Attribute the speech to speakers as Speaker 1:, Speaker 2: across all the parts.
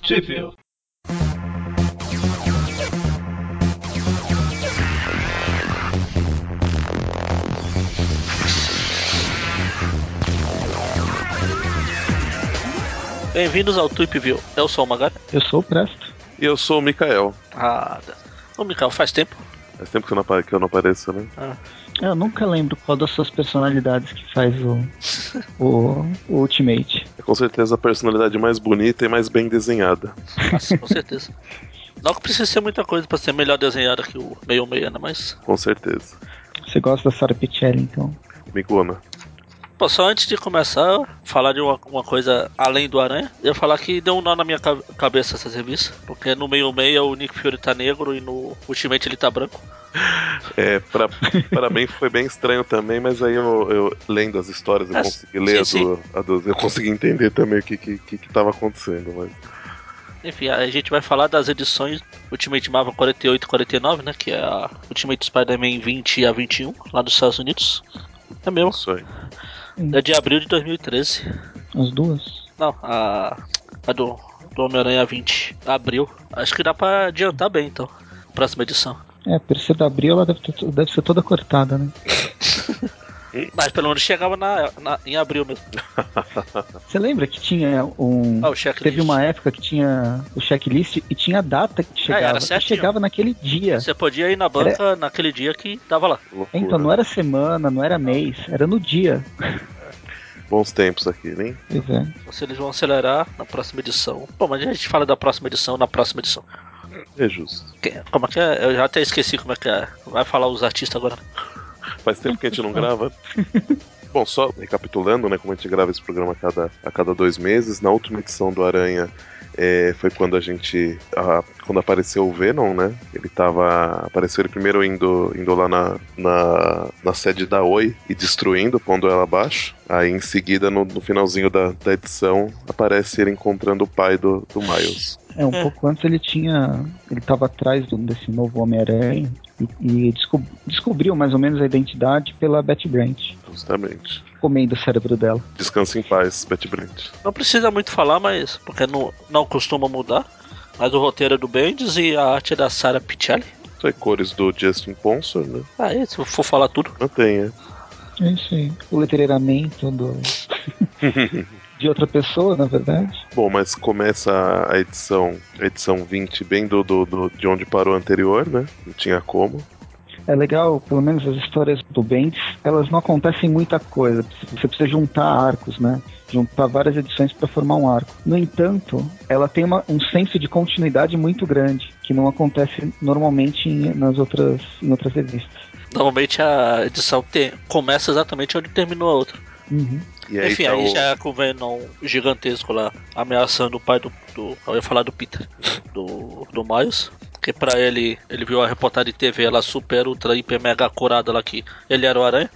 Speaker 1: Possível. Bem-vindos ao Trip View. Eu sou o Magari.
Speaker 2: Eu sou o Presto.
Speaker 3: E eu sou o Mikael.
Speaker 1: Ah, da- ô Mikael, faz tempo.
Speaker 3: Faz tempo que eu não, apa- que eu não apareço, né?
Speaker 2: Eu nunca lembro qual das suas personalidades que faz o, o, o Ultimate.
Speaker 3: É com certeza a personalidade mais bonita e mais bem desenhada.
Speaker 1: Nossa, com certeza. Não que precisa ser muita coisa pra ser melhor desenhada que o meio meia, né? Mas.
Speaker 3: Com certeza.
Speaker 2: Você gosta da Sarah Pichelli, então.
Speaker 3: Miguna.
Speaker 1: Pô, só antes de começar, falar de uma, uma coisa além do Aranha, eu falar que deu um nó na minha ca- cabeça essas revistas. Porque no meio meia o Nick Fury tá negro e no Ultimate ele tá branco.
Speaker 3: É, pra, pra mim foi bem estranho também, mas aí eu, eu lendo as histórias, eu
Speaker 1: Ah,
Speaker 3: consegui ler
Speaker 1: sim,
Speaker 3: a, do, a dos. Eu consegui entender também o que, que, que, que tava acontecendo, mas.
Speaker 1: Enfim, a gente vai falar das edições Ultimate Marvel 48 e 49, né? Que é a Ultimate Spider-Man 20 a 21, lá dos Estados Unidos. É mesmo.
Speaker 3: Isso aí.
Speaker 1: É de abril de 2013.
Speaker 2: As duas.
Speaker 1: Não, a, a do, do Homem-Aranha 20. Abril. Acho que dá pra adiantar bem, então. Próxima edição.
Speaker 2: É, por ser da Abril, ela deve, ter- deve ser toda cortada, né?
Speaker 1: Mas pelo menos chegava na, na- em abril mesmo.
Speaker 2: Você lembra que tinha um...
Speaker 1: Ah, o checklist.
Speaker 2: Teve uma época que tinha o checklist e tinha a data que chegava.
Speaker 1: É, era
Speaker 2: E
Speaker 1: certinho.
Speaker 2: chegava naquele dia.
Speaker 1: Você podia ir na banca naquele dia que tava lá.
Speaker 3: Loucura.
Speaker 2: Então, não era semana, não era mês, era no dia.
Speaker 3: Bons tempos aqui, hein?
Speaker 2: Pois é.
Speaker 1: Se eles vão acelerar na próxima edição. Bom, mas a gente fala da próxima edição na próxima edição.
Speaker 3: É justo.
Speaker 1: Que- Como é que é? Eu já até esqueci como é que é. Vai falar os artistas agora.
Speaker 3: Faz tempo que a gente não grava. Bom, só recapitulando, né, como a gente grava esse programa a cada, a cada dois meses, na última edição do Aranha é, foi quando a gente. a- quando apareceu o Venom, né? Ele tava. Apareceu ele primeiro indo, indo lá na, na, na sede da Oi e destruindo, pondo ela abaixo. Aí em seguida, no, no finalzinho da, da edição, aparece ele encontrando o pai do, do Miles.
Speaker 2: É, um
Speaker 1: É.
Speaker 2: pouco antes ele tinha. Ele tava atrás do- desse novo Homem-Aranha e, e desco- descobriu mais ou menos a identidade pela Betty Brant,
Speaker 3: Justamente.
Speaker 2: comendo o cérebro dela.
Speaker 3: Descanse em paz, Betty Brant.
Speaker 1: Não precisa muito falar, mas. Porque não, não costuma mudar. Mas o roteiro é do Bendis e a arte é da Sarah Pichelli.
Speaker 3: Isso aí, cores do Justin Ponsor, né?
Speaker 1: Aí, se eu for falar tudo.
Speaker 3: Mantenha.
Speaker 2: É isso aí. O letreiramento do. de outra pessoa, na verdade.
Speaker 3: Bom, mas começa a edição, a edição 20, bem do, do, do- de onde parou a anterior, né? Não tinha como.
Speaker 2: É legal, pelo menos as histórias do Bendis, elas não acontecem muita coisa. Você precisa juntar arcos, né? Juntar várias edições para formar um arco. No entanto, ela tem uma- um senso de continuidade muito grande, que não acontece normalmente em, nas outras, em outras revistas.
Speaker 1: Normalmente a edição te- começa exatamente onde terminou a outra.
Speaker 2: Uhum.
Speaker 3: E aí
Speaker 1: Enfim,
Speaker 3: tá
Speaker 1: aí
Speaker 3: o-
Speaker 1: já com o Venom gigantesco lá, ameaçando o pai do. do eu ia falar do Peter, do, do Miles. Porque pra ele, ele viu a reportagem de TV lá super, ultra, hiper, mega curada lá que ele era o aranha.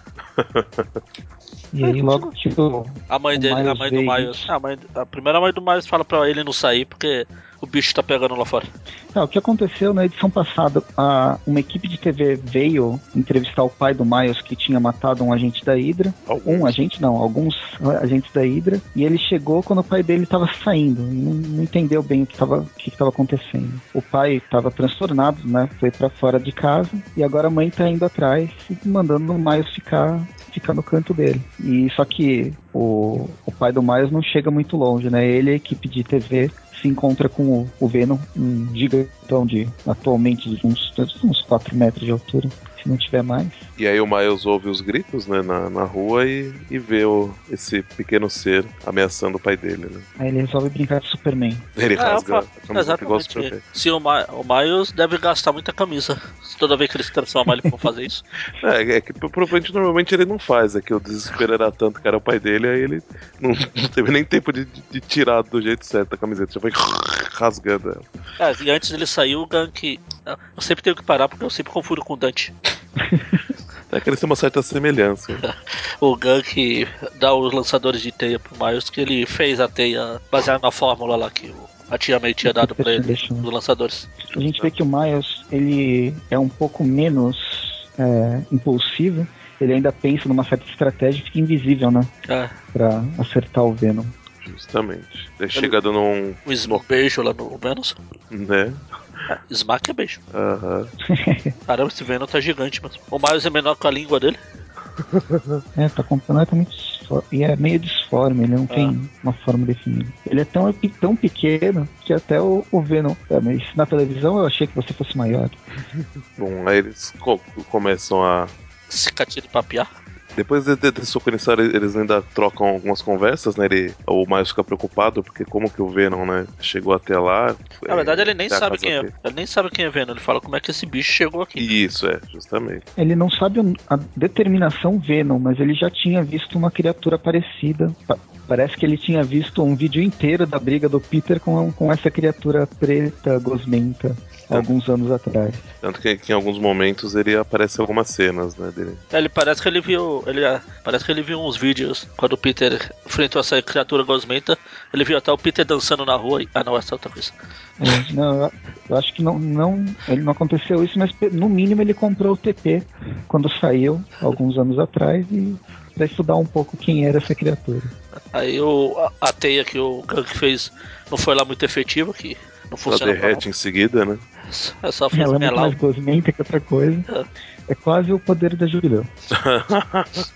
Speaker 2: E aí logo que o.
Speaker 1: A mãe
Speaker 2: O
Speaker 1: dele, a
Speaker 2: Miles
Speaker 1: mãe
Speaker 2: veio.
Speaker 1: do Miles. A, mãe, a primeira mãe do Miles fala pra ele não sair porque o bicho tá pegando lá fora.
Speaker 2: Ah, o que aconteceu na edição passada, a- uma equipe de TV veio entrevistar o pai do Miles que tinha matado um agente da Hydra.
Speaker 3: algum-
Speaker 2: Um agente não, alguns agentes da Hydra. E ele chegou quando o pai dele estava saindo. e Não, não entendeu bem o que estava o que que tava acontecendo. O pai estava transtornado, né? Foi para fora de casa. E agora a mãe tá indo atrás e mandando o Miles ficar ficar no canto dele. E só que o, o pai do Miles não chega muito longe, né? Ele e a equipe de TV se encontra com o, o Venom, um gigantão de atualmente de uns, uns 4 metros de altura, se não tiver mais.
Speaker 3: E aí o Miles ouve os gritos, né, na, na rua e, e vê o, esse pequeno ser ameaçando o pai dele, né?
Speaker 2: Aí ele resolve brincar de Superman.
Speaker 3: Ele
Speaker 1: É,
Speaker 3: rasga
Speaker 1: eu
Speaker 3: a
Speaker 1: falo-
Speaker 3: camisa que gosta de
Speaker 1: Exatamente. Se o, Ma- o Miles deve gastar muita camisa. Se Toda vez que ele se transformar, ele for fazer isso.
Speaker 3: É, é que provavelmente normalmente ele não faz, é que o desespero era tanto que era o pai dele, aí ele não, não teve nem tempo de, de- de tirar do jeito certo a camiseta, já foi rasgando ela.
Speaker 1: É, e antes ele saiu, o Gank. Eu sempre tenho que parar porque eu sempre confundo com o Dante.
Speaker 3: Até É que eles têm uma certa semelhança.
Speaker 1: O Gank dá os lançadores de teia pro Miles, que ele fez a teia baseada na fórmula lá que o- a tia May tinha dado pra ele,
Speaker 2: Deixa eu-
Speaker 1: dos lançadores.
Speaker 2: A gente vê que o Miles ele é um pouco menos é, impulsivo. Ele ainda pensa numa certa estratégia e fica invisível, né?
Speaker 1: É,
Speaker 2: Pra acertar o Venom.
Speaker 3: Justamente. É Ele chega dando um.
Speaker 1: Um sm- beijo lá no Venus.
Speaker 3: né?
Speaker 1: Smack é beijo.
Speaker 3: Aham.
Speaker 1: Caramba, esse Venom tá gigante, mano. O Miles é menor que a língua dele.
Speaker 2: É, tá completamente disfor- e é meio disforme, ele não
Speaker 1: É.
Speaker 2: tem uma forma definida. Ele é tão, pe- tão pequeno que até o, o Venom. É, mas na televisão eu achei que você fosse maior.
Speaker 3: Bom, aí eles co- começam a.
Speaker 1: Cicatinho de papiar.
Speaker 3: Depois de, de, de socorrer, eles ainda trocam algumas conversas, né? Ele, o Miles fica preocupado, porque como que o Venom, né? Chegou até lá. tá
Speaker 1: Na verdade, ele nem
Speaker 3: até a
Speaker 1: sabe
Speaker 3: casa
Speaker 1: quem é.
Speaker 3: dele.
Speaker 1: Ele nem sabe quem é Venom. Ele fala como é que esse bicho chegou aqui.
Speaker 3: Isso, é, justamente.
Speaker 2: Ele não sabe o- a determinação Venom, mas ele já tinha visto uma criatura parecida. Pa- Parece que ele tinha visto um vídeo inteiro da briga do Peter com, com essa criatura preta, gosmenta,
Speaker 3: É.
Speaker 2: alguns anos atrás.
Speaker 3: Tanto que, que em alguns momentos ele aparece em algumas cenas, né? Dele.
Speaker 1: É, Ele parece que ele viu. Ele ah, parece que ele viu uns vídeos quando o Peter enfrentou essa criatura gosmenta. Ele viu até o Peter dançando na rua. E... Ah, não, essa é outra coisa.
Speaker 2: É, não, eu- eu acho que não, não, ele não aconteceu isso, mas pe- no mínimo ele comprou o TP quando saiu, alguns anos atrás, e pra estudar um pouco quem era essa criatura.
Speaker 1: Aí o, a, a teia que o Gank fez não foi lá muito efetiva, que não
Speaker 3: Ela
Speaker 1: funciona pra
Speaker 3: derrete em seguida, né?
Speaker 1: nada. É só fez
Speaker 2: Ela é muito
Speaker 1: melar
Speaker 2: mais gosmenta que outra coisa. É quase o poder da Jubileu.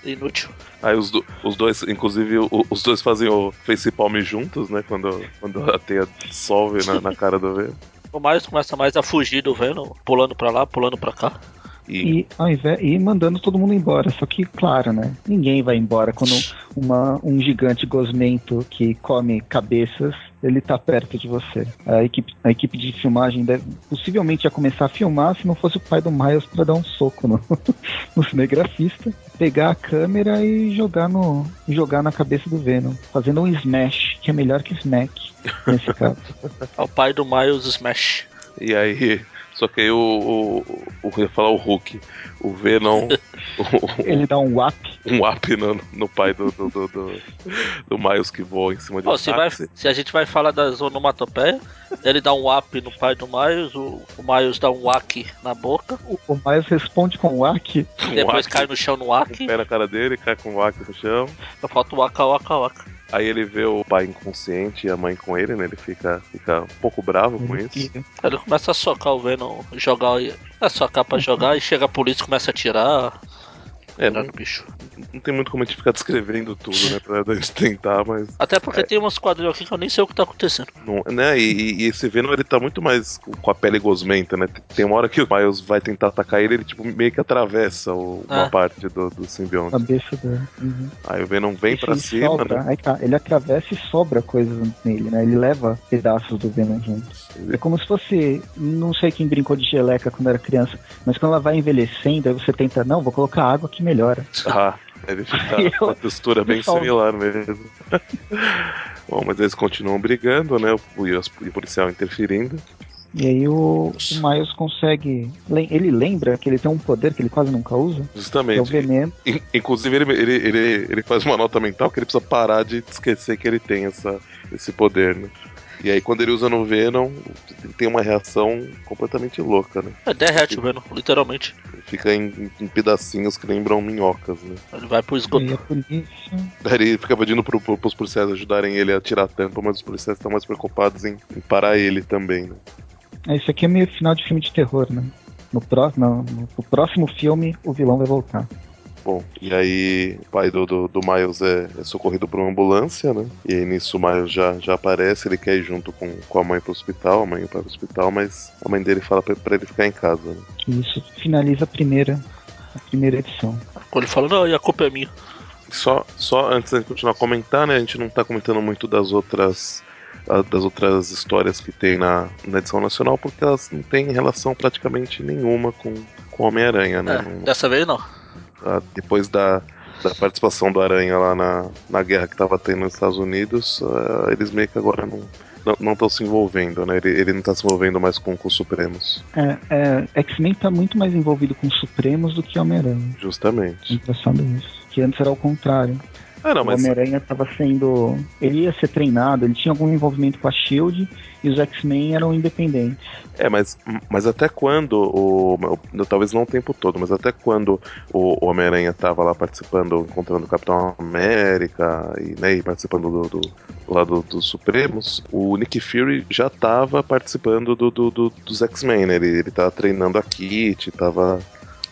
Speaker 1: inútil.
Speaker 3: Aí os, do- os dois, inclusive, o- os dois fazem o face palm juntos, né? Quando, quando a teia dissolve na, na cara do Venom.
Speaker 1: O Miles começa mais a fugir do Venom, pulando pra lá, pulando pra cá.
Speaker 3: E,
Speaker 2: E, ao invés, e mandando todo mundo embora. Só que, claro, né? Ninguém vai embora quando uma, um gigante gosmento que come cabeças, ele tá perto de você. A equipe, a equipe de filmagem deve, possivelmente ia começar a filmar se não fosse o pai do Miles pra dar um soco no, no cinegrafista, pegar a câmera e jogar, no, jogar na cabeça do Venom. Fazendo um smash, que é melhor que smack nesse caso.
Speaker 1: É o pai do Miles Smash.
Speaker 3: e aí. Só que aí o. o, o eu ia falar o Hulk. O Venom. o-
Speaker 2: Ele dá um whap.
Speaker 3: um up no, no pai do, do, do, do- do Miles que voa em cima de um
Speaker 1: Pô, se, vai,
Speaker 3: táxi.
Speaker 1: se a gente vai falar das onomatopeias, ele dá um up no pai do Miles, o, o Miles dá um whack na boca,
Speaker 2: O o Miles responde com whack.
Speaker 3: Um
Speaker 1: depois
Speaker 3: whack,
Speaker 1: cai no chão no whack,
Speaker 3: um pé na cara dele, cai com o Aki no chão.
Speaker 1: só falta o waka waka waka.
Speaker 3: Aí ele vê o pai inconsciente e a mãe com ele, né? Ele fica, fica um pouco bravo com
Speaker 2: Ele
Speaker 3: isso.
Speaker 2: tira.
Speaker 1: Ele começa a socar o Venom, jogar, a socar pra jogar, e chega a polícia e começa a tirar,
Speaker 3: É,
Speaker 1: tirar
Speaker 3: não,
Speaker 1: no bicho.
Speaker 3: não tem muito como a gente ficar descrevendo tudo, né? Pra gente tentar, mas.
Speaker 1: Até porque tem umas quadrilhas aqui que eu nem sei o que tá acontecendo.
Speaker 3: Não, né? E, e esse Venom ele tá muito mais com com a pele gosmenta, né? Tem uma hora que o Miles vai tentar atacar ele, ele tipo, meio que atravessa o- uma
Speaker 1: Ah.
Speaker 3: parte do, do simbionte.
Speaker 2: Cabeça dele. Uhum.
Speaker 3: Aí o Venom vem pra
Speaker 2: Ele
Speaker 3: cima,
Speaker 2: sobra,
Speaker 3: né?
Speaker 2: aí tá, ele atravessa e sobra coisas nele, né? Ele leva pedaços do Venom junto. É como se fosse, não sei quem brincou de geleca quando era criança, mas quando ela vai envelhecendo, aí você tenta, não, vou colocar água que melhora.
Speaker 3: Ah, ele fica
Speaker 2: E
Speaker 3: com
Speaker 2: eu-
Speaker 3: uma textura bem
Speaker 2: eu falo-
Speaker 3: similar mesmo. Bom, mas eles continuam brigando, né? O, e os- e o policial interferindo.
Speaker 2: E aí o, o Miles consegue, lem- ele lembra que ele tem um poder que ele quase nunca usa, que é o
Speaker 3: Justamente.
Speaker 2: veneno.
Speaker 3: In- Inclusive, ele, ele, ele, ele faz uma nota mental que ele precisa parar de esquecer que ele tem essa, esse poder, né? E aí, quando ele usa no Venom, ele tem uma reação completamente louca, né?
Speaker 1: É, derrete o Venom, literalmente.
Speaker 3: Ele fica em, em pedacinhos que lembram minhocas, né?
Speaker 1: Ele vai pro
Speaker 2: E
Speaker 1: esgoto.
Speaker 2: aí é a polícia
Speaker 3: Daí ele fica pedindo pro, pro, pros policiais ajudarem ele a tirar a tampa, mas os policiais estão mais preocupados em, em parar ele também, né?
Speaker 2: É, isso aqui é meio final de filme de terror, né? No, pró no, no- no próximo filme, o vilão vai voltar.
Speaker 3: Bom, e aí o pai do, do, do Miles é, é socorrido por uma ambulância, né? E aí nisso o Miles já, já aparece, ele quer ir junto com, com a mãe pro hospital, a mãe e o pai pro hospital, mas a mãe dele fala pra, pra ele ficar em casa, né?
Speaker 2: E isso finaliza a primeira, a primeira edição.
Speaker 1: Quando ele fala, não, e a culpa é minha.
Speaker 3: Só, só antes de continuar a comentar, né? A gente não tá comentando muito das outras a- das outras histórias que tem na, na edição nacional, porque elas não têm relação praticamente nenhuma com, com Homem-Aranha, né?
Speaker 1: É,
Speaker 3: Não-
Speaker 1: dessa vez não.
Speaker 3: Ah, depois da, da participação do Aranha lá na, na guerra que tava tendo nos Estados Unidos, ah, eles meio que agora não estão não, tão se envolvendo, né? Ele, ele não tá se envolvendo mais com, com os Supremos,
Speaker 2: É, é, X-Men tá muito mais envolvido com Supremos do que Homem-Aranha.
Speaker 3: justamente.
Speaker 2: Engraçado isso. Que antes era o contrário.
Speaker 3: Ah, não,
Speaker 2: o
Speaker 3: mas.
Speaker 2: Homem-Aranha tava sendo. Ele ia ser treinado, ele tinha algum envolvimento com a Shield e os X-Men eram independentes.
Speaker 3: É, mas, mas até quando o. o- Talvez não o tempo todo, mas até quando o, o Homem-Aranha tava lá participando, encontrando o Capitão América e, né, e participando do, do lá do- dos Supremos, o Nick Fury já tava participando do, do- do- dos X-Men, né? Ele, ele tava treinando a Kit, tava.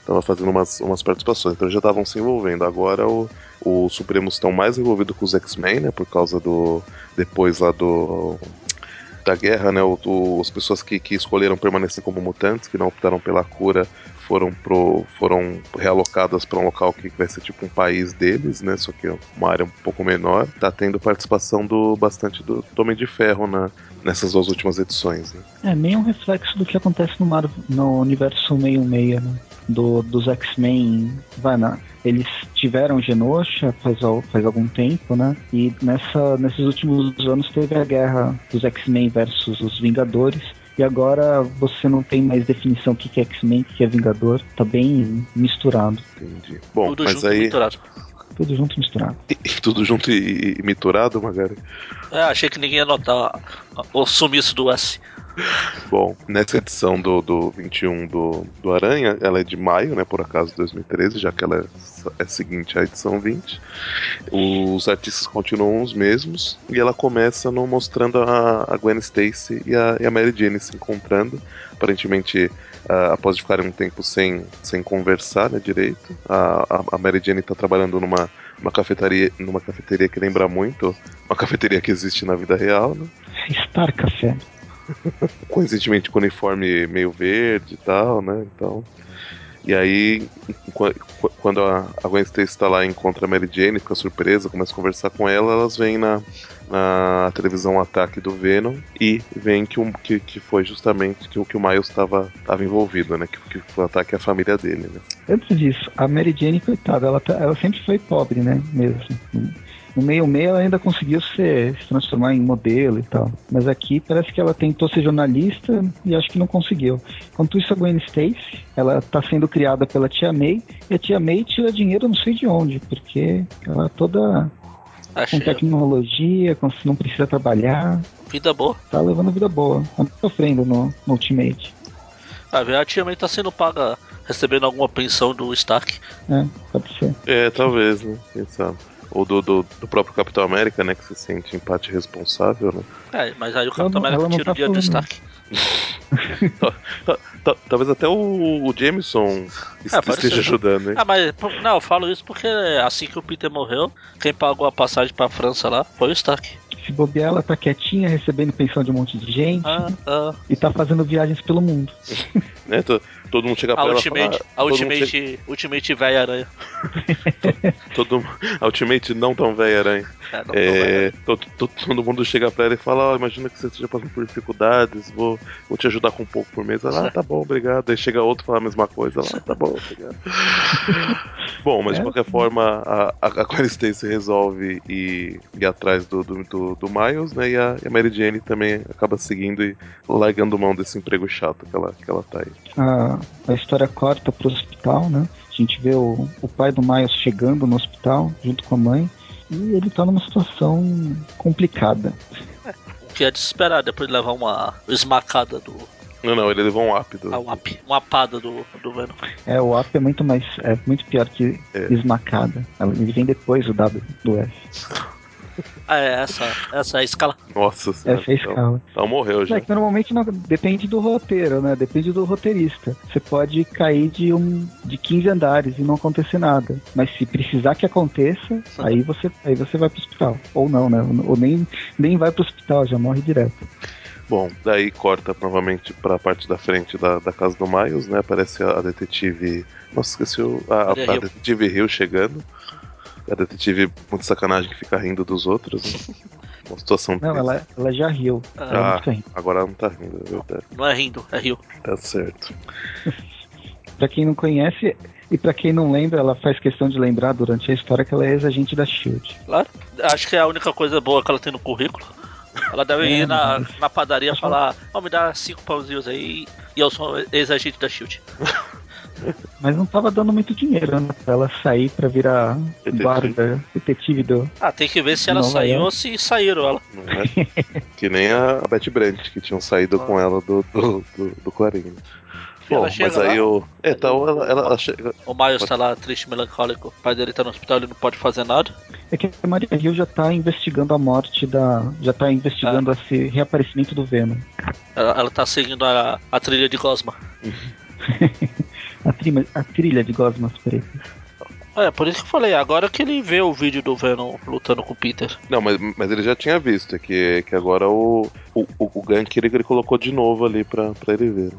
Speaker 3: Tava fazendo umas, umas participações, então já estavam se envolvendo. Agora o, os Supremos estão mais envolvidos com os X-Men, né? Por causa do. Depois lá do da guerra, né? O, o- as pessoas que, que escolheram permanecer como mutantes, que não optaram pela cura, foram, pro, foram realocadas para um local que vai ser tipo um país deles, né? Só que é uma área um pouco menor. Tá tendo participação do bastante do, do Homem de Ferro na, nessas duas últimas edições, né?
Speaker 2: É meio um reflexo do que acontece no, Marvel, no universo 616, né? Do, dos X-Men. Vai na. Eles tiveram Genosha faz, al- faz algum tempo, né? E nessa, nesses últimos anos teve a guerra dos X-Men versus os Vingadores. E agora você não tem mais definição o que que é X-Men, o que que é Vingador. Tá bem misturado.
Speaker 3: Entendi. Bom,
Speaker 1: Tudo
Speaker 3: mas
Speaker 1: junto
Speaker 3: aí.
Speaker 1: misturado.
Speaker 2: Tudo junto misturado.
Speaker 3: Tudo junto e, e, e miturado, Magari.
Speaker 1: É, achei que ninguém ia notar a- a- o sumiço do S.
Speaker 3: Bom, nessa edição do, do 21 do, do Aranha, ela é de maio, né? Por acaso, de 2013, já que ela é, é seguinte à edição 20. Os artistas continuam os mesmos e ela começa no, mostrando a, a Gwen Stacy e a, e a Mary Jane se encontrando. Aparentemente, ah, após ficarem um tempo sem, sem conversar né, direito, a, a- a Mary Jane está trabalhando numa, numa cafeteria numa cafeteria que lembra muito uma cafeteria que existe na vida real, né?
Speaker 2: Star Café.
Speaker 3: coincidentemente com uniforme meio verde e tal, né? Então. E aí, enqu- qu- quando a a Gwen Stacy está lá e encontra a Mary Jane, fica surpresa, começa a conversar com ela, elas vêm na, na televisão o ataque do Venom e veem que, um, que, que foi justamente que, o- que o Miles estava tava envolvido, né? Que, que foi o ataque à família dele, né?
Speaker 2: Antes disso, a Mary Jane, coitada, ela, tá- ela sempre foi pobre, né? Mesmo. No meio-meio ela ainda conseguiu se, se transformar em modelo e tal. Mas aqui parece que ela tentou ser jornalista e acho que não conseguiu. Enquanto isso, a Gwen Stacy, ela tá sendo criada pela tia May. E a tia May tira dinheiro não sei de onde, porque ela é toda com
Speaker 1: Achei
Speaker 2: tecnologia, com- não precisa trabalhar.
Speaker 1: vida boa.
Speaker 2: Tá levando vida boa. Tá sofrendo no, no Ultimate.
Speaker 1: A ver, a tia May tá sendo paga, recebendo alguma pensão do Stark.
Speaker 2: É, pode ser.
Speaker 3: É, talvez, né? Quem sabe. Ou do, do, do próprio Capitão América, né? Que se sente em parte responsável, né?
Speaker 1: É, mas aí o
Speaker 2: não-
Speaker 1: Capitão América
Speaker 2: ela não
Speaker 1: tira
Speaker 2: tá
Speaker 1: o dinheiro do
Speaker 2: falando.
Speaker 1: Stark.
Speaker 3: Ta- Talvez até o, o Jameson est-
Speaker 1: Ah, pode
Speaker 3: esteja
Speaker 1: ser.
Speaker 3: ajudando, hein?
Speaker 1: Ah, mas pô, não, eu falo isso porque assim que o Peter morreu, quem pagou a passagem pra França lá foi o Stark.
Speaker 2: Se bobear, ela tá quietinha, recebendo pensão de um monte de gente.
Speaker 1: Ah, ah.
Speaker 2: e tá fazendo viagens pelo mundo.
Speaker 3: né? To- Todo mundo chega pra
Speaker 1: A
Speaker 3: ela e
Speaker 1: Ultimate,
Speaker 3: fala, ah,
Speaker 1: a
Speaker 3: todo mundo
Speaker 1: Ultimate, Ultimate Velha Aranha.
Speaker 3: chega- "Ah, todo mu- a Ultimate não tão velha aranha.
Speaker 1: É, não, não vai, né?
Speaker 3: É, to- to- todo mundo chega pra ela e fala, ó, imagina que você esteja passando por dificuldades, vou, vou te ajudar com um pouco por mês. Ela, ah, tá bom, obrigado. Aí chega outro e fala a mesma coisa, ela, ah, tá bom, obrigado. bom, mas de
Speaker 2: É.
Speaker 3: qualquer forma, a, a, a Gwen Stacy resolve ir, ir atrás do, do, do, do Miles, né? E a, e a Mary Jane também acaba seguindo e largando mão desse emprego chato que ela, que ela tá aí.
Speaker 2: A, a história corta pro hospital, né? A gente vê o, o pai do Miles chegando no hospital junto com a mãe. E ele tá numa situação complicada.
Speaker 1: O que é de se esperar depois de levar uma esmacada do.
Speaker 3: Não, não, ele levou um ápido.
Speaker 1: ah, Uma, uma apada do, do Venom.
Speaker 2: É, o up é muito mais. é muito pior que
Speaker 3: É.
Speaker 2: esmacada. Ela- Ele vem depois o W do F.
Speaker 1: Ah, é, essa, essa é a escala.
Speaker 3: Nossa senhora.
Speaker 2: Essa é a
Speaker 3: então-
Speaker 2: escala.
Speaker 3: Então morreu já.
Speaker 2: É que normalmente não- depende do roteiro, né? Depende do roteirista. Você pode cair de um de 15 andares e não acontecer nada. Mas se precisar que aconteça, aí você aí você vai pro hospital. Ou não, né? Ou nem, nem vai pro hospital, já morre direto.
Speaker 3: Bom, daí corta novamente pra parte da frente da, da casa do Miles, né? Aparece a detetive. Nossa, esqueci o. A, a,
Speaker 1: Maria
Speaker 3: a
Speaker 1: Hill.
Speaker 3: detetive Hill chegando. A detetive, muito sacanagem, que fica rindo dos outros. Né? Uma situação.
Speaker 2: Não,
Speaker 3: triste.
Speaker 2: ela, é ela já riu. Ela é
Speaker 1: Ah,
Speaker 2: não tem.
Speaker 3: Agora ela não tá rindo, é verdade.
Speaker 1: não é rindo, é rio.
Speaker 3: Tá certo.
Speaker 2: Pra quem não conhece e pra quem não lembra, ela faz questão de lembrar durante a história que ela é ex-agente da SHIELD.
Speaker 1: Claro. Acho que é a única coisa boa que ela tem no currículo. Ela deve
Speaker 2: É,
Speaker 1: ir na,
Speaker 2: mas-
Speaker 1: na padaria e
Speaker 2: Acho-
Speaker 1: falar: Ó, me dá cinco pãozinhos aí e eu sou ex-agente da Shield.
Speaker 2: Mas não tava dando muito dinheiro, né? Pra ela sair pra virar
Speaker 3: Detetive.
Speaker 2: guarda, detetive do.
Speaker 1: Ah, tem que ver se ela
Speaker 2: Nova
Speaker 1: saiu
Speaker 2: York.
Speaker 1: ou se saíram ela.
Speaker 3: Não é? que nem a Betty Brandt, que tinham saído com ela do, do, do, do Clarim. Bom,
Speaker 1: ela chega
Speaker 3: mas aí
Speaker 1: lá,
Speaker 3: eu. É, tal, ela, ela, ela chega.
Speaker 1: O Miles tá lá triste, melancólico. O pai dele tá no hospital, ele não pode fazer nada.
Speaker 2: É que a Maria Hill já tá investigando a morte da. Já tá investigando esse reaparecimento do Venom.
Speaker 1: Ela, ela tá seguindo a, a trilha de Gosma.
Speaker 2: A, trima- a trilha de gosmas pretas.
Speaker 1: É, por isso que eu falei, agora que ele vê o vídeo do Venom lutando com o Peter.
Speaker 3: Não, mas, mas ele já tinha visto, é que, que agora o, o, o, o gank ele, ele colocou de novo ali pra, pra ele ver.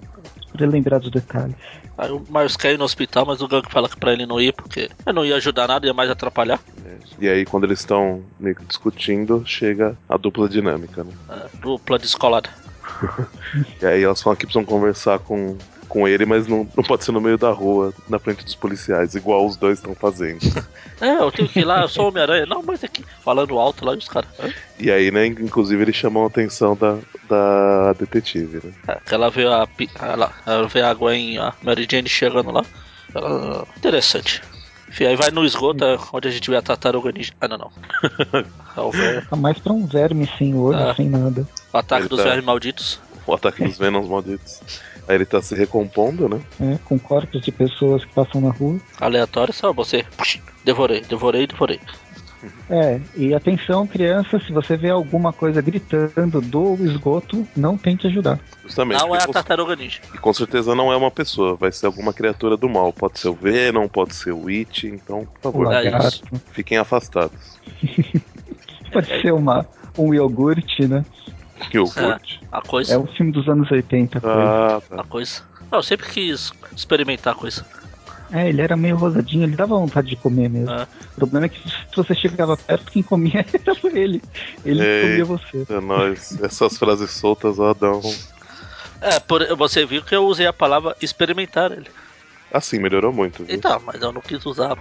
Speaker 2: Pra ele lembrar dos detalhes.
Speaker 1: Aí o Miles quer ir no hospital, mas o Gank fala que pra ele não ir, porque ele não ia ajudar nada, ia mais atrapalhar.
Speaker 3: né? E aí, quando eles estão meio que discutindo, chega a dupla dinâmica, né?
Speaker 1: É, dupla descolada.
Speaker 3: E aí elas falam que precisam conversar com, com ele, mas não, não pode ser no meio da rua, na frente dos policiais, igual os dois estão fazendo.
Speaker 1: É, eu tenho que ir lá, eu sou Homem-Aranha. Não, mas aqui, falando alto lá, e os caras. É. "Hã?"
Speaker 3: E aí, né, inclusive, eles chamam a atenção da, da detetive, né?
Speaker 1: É, que ela vê a, pi- ela, ela vê a Gwen, a Mary Jane chegando lá. Ela, interessante. Enfim, aí vai no esgoto, é onde a gente vê a tartaruga ninja. Ah, não, não. É o ver-
Speaker 2: Tá mais pra um verme sem olho,
Speaker 1: Ah.
Speaker 2: sem nada.
Speaker 1: o ataque
Speaker 3: Ele
Speaker 1: dos
Speaker 3: tá-
Speaker 1: vermes malditos.
Speaker 3: O ataque dos Venoms malditos. Aí ele tá se recompondo, né?
Speaker 2: né, com corpos de pessoas que passam na rua.
Speaker 1: Aleatório, só você. Puxa, Devorei, devorei, devorei.
Speaker 2: É, e atenção, criança, se você vê alguma coisa gritando do esgoto, não tente ajudar.
Speaker 3: Justamente.
Speaker 1: Não é a
Speaker 3: porque com-
Speaker 1: tartaruga ninja.
Speaker 3: E com certeza não é uma pessoa, vai ser alguma criatura do mal. Pode ser o Venom, pode ser o It, então,
Speaker 2: O
Speaker 3: por favor,
Speaker 1: Olá.
Speaker 2: lagarto.
Speaker 3: fiquem afastados.
Speaker 2: Pode ser uma, um iogurte, né?
Speaker 3: Que iogurte.
Speaker 1: A
Speaker 2: É
Speaker 1: coisa.
Speaker 2: um filme dos anos 80. coisa.
Speaker 3: Ah, tá.
Speaker 1: A coisa. Não, eu sempre quis experimentar a coisa.
Speaker 2: É, ele era meio rosadinho, ele dava vontade de comer mesmo.
Speaker 1: Ah.
Speaker 2: O problema é que se você chegava perto, quem comia era ele. Ele
Speaker 3: Ei.
Speaker 2: comia você.
Speaker 3: É nóis. Essas frases soltas, ó, dão.
Speaker 1: É, por, você viu que eu usei a palavra experimentar ele.
Speaker 3: Assim, melhorou muito, viu?
Speaker 1: Então, mas eu não quis usar.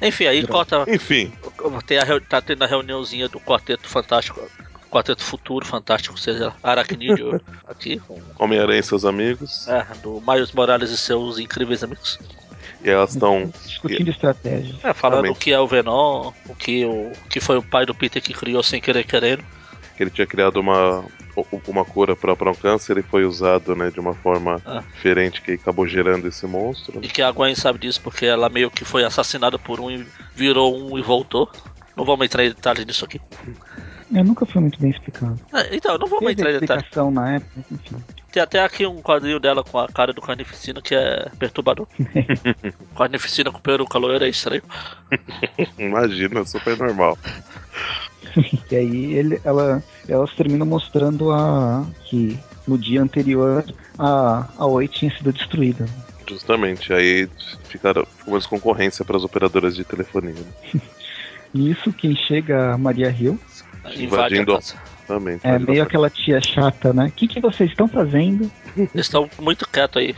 Speaker 1: Enfim, aí
Speaker 2: Droga.
Speaker 1: corta.
Speaker 3: Enfim,
Speaker 1: Tem a, reu- tá tendo a reuniãozinha do Quarteto Fantástico. Quarteto Futuro Fantástico, seja lá, Aracnídeo aqui, com,
Speaker 3: Homem-Aranha e seus amigos.
Speaker 1: é, do Miles Morales e seus incríveis amigos.
Speaker 3: E elas estão.
Speaker 2: Discutindo estratégia.
Speaker 1: É, falando
Speaker 3: Também.
Speaker 1: o que é o Venom, o que, o o que foi o pai do Peter que criou sem querer querendo.
Speaker 3: que ele tinha criado uma, u- uma cura pra pra um câncer e foi usado, né, de uma forma
Speaker 1: Ah.
Speaker 3: diferente que acabou gerando esse monstro. né?
Speaker 1: E que a Gwen sabe disso porque ela meio que foi assassinada por um e virou um e voltou. Não vamos entrar em detalhes nisso aqui.
Speaker 2: Eu nunca fui muito bem explicado.
Speaker 1: É, então, não vamos
Speaker 2: Teve
Speaker 1: entrar em detalhes.
Speaker 2: explicação na época, enfim.
Speaker 1: Tem até aqui um quadrinho dela com a cara do Carnificina que é perturbador. Carnificina com peruca loira é estranho.
Speaker 3: Imagina, super normal.
Speaker 2: E aí ele, ela, elas terminam mostrando a que no dia anterior a, a Oi tinha sido destruída.
Speaker 3: Justamente, aí ficaram, ficou mais concorrência para as operadoras de telefonia. Né?
Speaker 2: E isso quem chega a Maria Hill
Speaker 1: Invade a
Speaker 3: Invadindo.
Speaker 1: casa.
Speaker 3: Justamente.
Speaker 2: é meio aquela tia chata, né? O que, que vocês estão fazendo?
Speaker 1: Eles estão muito quietos aí.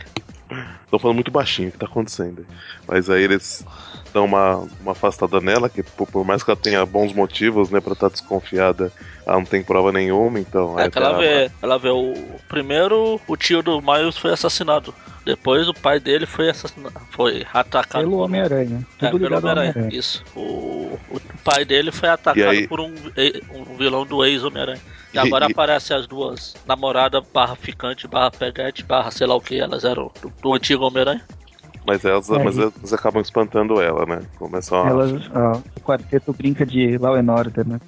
Speaker 3: Estão falando muito baixinho, o que tá acontecendo? aí? Mas aí eles dão uma, uma afastada nela, que por, por mais que ela tenha bons motivos, né, pra estar desconfiada, ela não tem prova nenhuma, então...
Speaker 1: É
Speaker 3: aí
Speaker 1: que ela
Speaker 3: tá-
Speaker 1: vê, ela vê o. Primeiro o tio do Miles foi assassinado. Depois o pai dele foi assassinado. Foi atacado.
Speaker 2: Pelo
Speaker 1: por-
Speaker 2: Homem-Aranha.
Speaker 1: Tá. É,
Speaker 2: Tudo
Speaker 1: pelo
Speaker 2: ligado ao
Speaker 1: Homem-Aranha.
Speaker 2: Homem-Aranha.
Speaker 1: Isso. O, o pai dele foi atacado
Speaker 3: aí-
Speaker 1: por um, e- um vilão do ex-Homem-Aranha. E
Speaker 3: E-
Speaker 1: agora
Speaker 3: e-
Speaker 1: aparecem as duas namorada, barra ficante, barra peguete, barra sei lá o que, elas eram do, do antigo Homem-Aranha.
Speaker 3: Mas elas,
Speaker 2: É,
Speaker 3: mas
Speaker 2: e-
Speaker 3: elas acabam espantando ela, né? Começam a...
Speaker 2: Elas, ó, o quarteto brinca de Law and Order, né?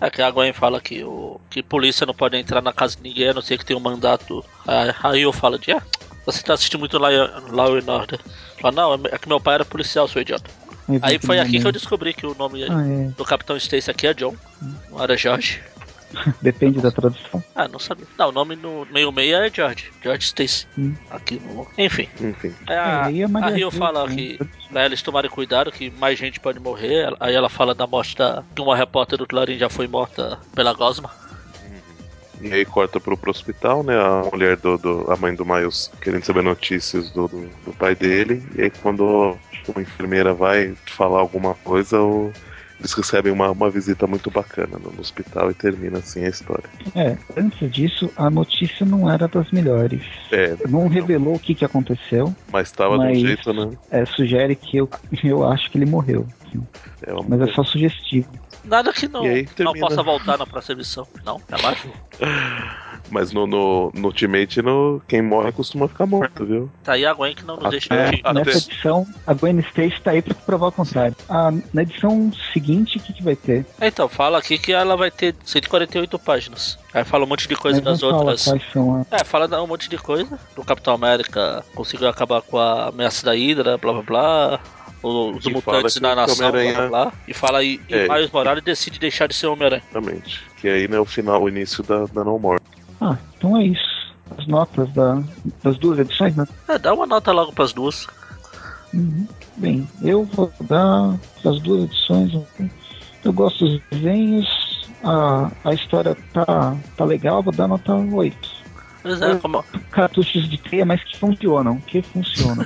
Speaker 1: É que a Gwen fala que, o, que polícia não pode entrar na casa de ninguém, a não ser que tem um mandato. Aí- Aí eu falo de, ah, você tá assistindo muito lá lá o Order. Fala, não, é que meu pai era policial, seu idiota. Aí foi aqui que eu descobri que o nome
Speaker 2: né? Ah, é.
Speaker 1: do Capitão Stacy aqui é John, não era Jorge.
Speaker 2: é. Depende da tradução.
Speaker 1: Ah, não sabia. Não, o nome no meio meia é George. George Stacy.
Speaker 2: Hum.
Speaker 1: Aqui no. Enfim.
Speaker 3: Enfim,
Speaker 1: É a,
Speaker 2: Aí a Maria
Speaker 1: a Rio
Speaker 2: Hill,
Speaker 1: fala
Speaker 2: né?
Speaker 1: que né, eles tomarem cuidado, que mais gente pode morrer. Ela- Aí ela fala da morte da. que uma repórter do Clarim já foi morta pela Gosma.
Speaker 3: Uhum. E aí corta pro, pro hospital, né? A mulher do, do- A mãe do Miles querendo saber notícias do, do, tipo, do pai dele. E aí quando acho que uma enfermeira vai falar alguma coisa, o, eles recebem uma, uma visita muito bacana no, no hospital e termina assim a história.
Speaker 2: É, antes disso, a notícia não era das melhores.
Speaker 3: É,
Speaker 2: Não revelou o que, que aconteceu,
Speaker 3: mas tava
Speaker 2: mas
Speaker 3: de um jeito, né?
Speaker 2: é, sugere que eu, eu acho que ele morreu.
Speaker 3: É uma-
Speaker 2: Mas é só sugestivo.
Speaker 1: Nada que não,
Speaker 3: E aí
Speaker 1: não
Speaker 3: termina.
Speaker 1: possa voltar na próxima edição. Não, é baixo.
Speaker 3: Mas no, no, no Ultimate, no, quem morre costuma ficar morto, viu?
Speaker 1: Tá aí a Gwen que não nos
Speaker 3: Ah,
Speaker 1: deixa
Speaker 3: é.
Speaker 1: aqui.
Speaker 3: Ah,
Speaker 2: Nessa
Speaker 3: tem-
Speaker 2: edição, a Gwen Stacy tá aí pra provar o contrário. Ah, na edição seguinte, o que, que vai ter?
Speaker 1: Então, fala aqui que ela vai ter 148 páginas. Aí fala um monte de coisa
Speaker 2: Mas
Speaker 1: das
Speaker 2: não fala
Speaker 1: outras.
Speaker 2: quais são a-
Speaker 1: É, fala da- um monte de coisa. Do Capitão América conseguiu acabar com a ameaça da Hydra, blá blá blá. O- Os
Speaker 3: E
Speaker 1: mutantes
Speaker 3: fala
Speaker 1: na
Speaker 3: que o
Speaker 1: nação, blá
Speaker 3: Homem-Aranha-
Speaker 1: blá blá. E fala aí, e
Speaker 3: É.
Speaker 1: Miles Morales decide deixar de ser Homem-Aranha.
Speaker 3: Exatamente. Que aí né, é o final, o início da, da No More.
Speaker 2: Ah, então é isso. As notas da- das duas edições, né?
Speaker 1: É, dá uma nota logo pras duas.
Speaker 2: Uhum. Bem, eu vou dar as duas edições. Eu gosto dos desenhos, a, a história tá, tá legal, vou dar nota 8.
Speaker 1: Pois é,
Speaker 2: Hum.
Speaker 1: como,
Speaker 2: Cartuchos de teia, mas que funcionam, que funcionam.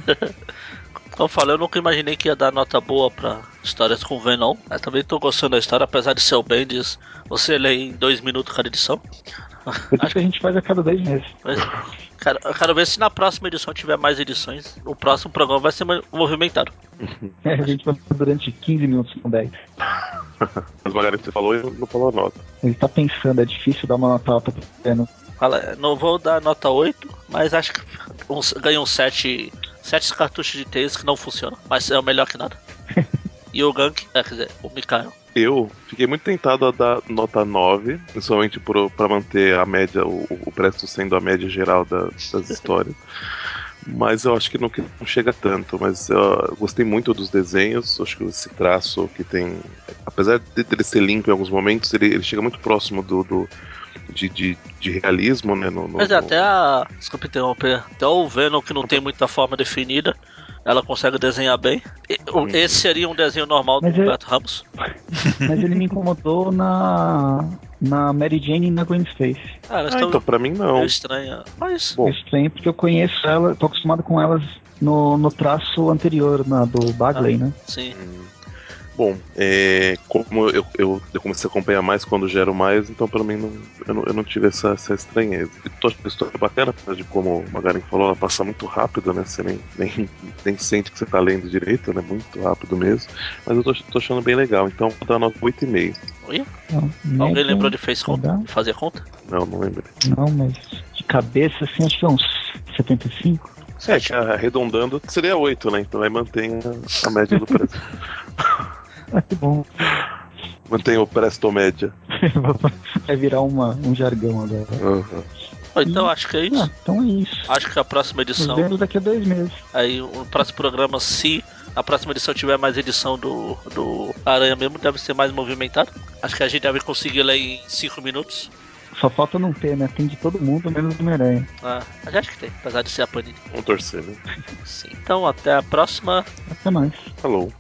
Speaker 1: como eu falei, eu nunca imaginei que ia dar nota boa pra histórias com Venom. Mas também tô gostando da história, apesar de ser o Bendis. Você lê em dois minutos cada edição.
Speaker 2: Por isso que a gente faz a cada dois meses.
Speaker 1: Mas, cara, eu quero ver se na próxima edição tiver mais edições. O próximo programa vai ser mais movimentado.
Speaker 2: É, a gente vai durante 15 minutos com 10.
Speaker 3: Mas Magari, você falou e eu não falou a nota.
Speaker 2: Ele tá pensando, é difícil dar uma nota alta pro Venom.
Speaker 1: Fala, é, não vou dar nota 8, mas acho que uns, ganhei uns 7, sete cartuchos de teis que não funcionam, mas é o melhor que nada. e o Gank, é, quer dizer, o Mikael.
Speaker 3: Eu fiquei muito tentado a dar nota 9, principalmente pro- pra manter a média, o, o preço sendo a média geral da- das histórias. Mas eu acho que não, que não chega tanto. Mas eu gostei muito dos desenhos. Acho que esse traço que tem. Apesar de ele ser limpo em alguns momentos, ele, ele chega muito próximo do, do- de, de- de realismo, né? No, no-
Speaker 1: Mas é, até a. Desculpa interromper, até o Venom, que não tem muita forma definida, ela consegue desenhar bem. E- o-
Speaker 3: Uhum.
Speaker 1: Esse seria um desenho normal do
Speaker 2: Mas é-
Speaker 1: Humberto Ramos.
Speaker 2: Mas ele me incomodou na, na Mary Jane e na Gwen Stacy.
Speaker 1: Ah, elas
Speaker 3: Ah,
Speaker 1: estão
Speaker 3: então, pra mim, não.
Speaker 1: meio estranhas. Mas.
Speaker 3: Bom.
Speaker 2: É estranho porque eu conheço ela, tô acostumado com elas no, no traço anterior, na do Bagley, né?
Speaker 1: Sim.
Speaker 3: Bom, é, como eu, eu, eu comecei a acompanhar mais quando já era mais, então pra mim não, eu, não, eu não tive essa, essa estranheza. Eu tô achando a história é bacana, apesar de como o Magarin falou, ela passa muito rápido, né? Você nem, nem, nem sente que você tá lendo direito, né? Muito rápido mesmo. Mas eu tô, ach- tô achando bem legal, então vou dar nota 8,5.
Speaker 1: Oi?
Speaker 2: Não,
Speaker 1: Alguém
Speaker 2: Megan-
Speaker 1: lembrou de fez conta?
Speaker 2: dá?
Speaker 1: De fazer conta?
Speaker 3: Não, não lembrei.
Speaker 2: Não, mas de cabeça, assim, acho que é uns 75.
Speaker 3: É,
Speaker 1: Sete.
Speaker 3: que arredondando seria 8, né? Então aí mantém a, a média do preço.
Speaker 2: Ah, que bom.
Speaker 3: mantém o presto média.
Speaker 2: Vai virar uma, um jargão agora.
Speaker 3: Uhum.
Speaker 1: Bom, Então acho que é
Speaker 2: Ah, é.
Speaker 1: isso.
Speaker 2: então é isso.
Speaker 1: Acho que a próxima edição.
Speaker 2: Nos vemos daqui a dois meses.
Speaker 1: Aí o próximo programa, se a próxima edição tiver mais edição do, do Aranha mesmo, deve ser mais movimentado. Acho que a gente deve conseguir ler em 5 minutos.
Speaker 2: Só falta não ter, né? Tem de todo mundo, menos do Homem-Aranha.
Speaker 1: Ah, mas acho que tem, apesar de ser a Panini.
Speaker 3: Vamos torcer, né?
Speaker 1: Sim. Então até a próxima.
Speaker 2: Até mais.
Speaker 3: Falou.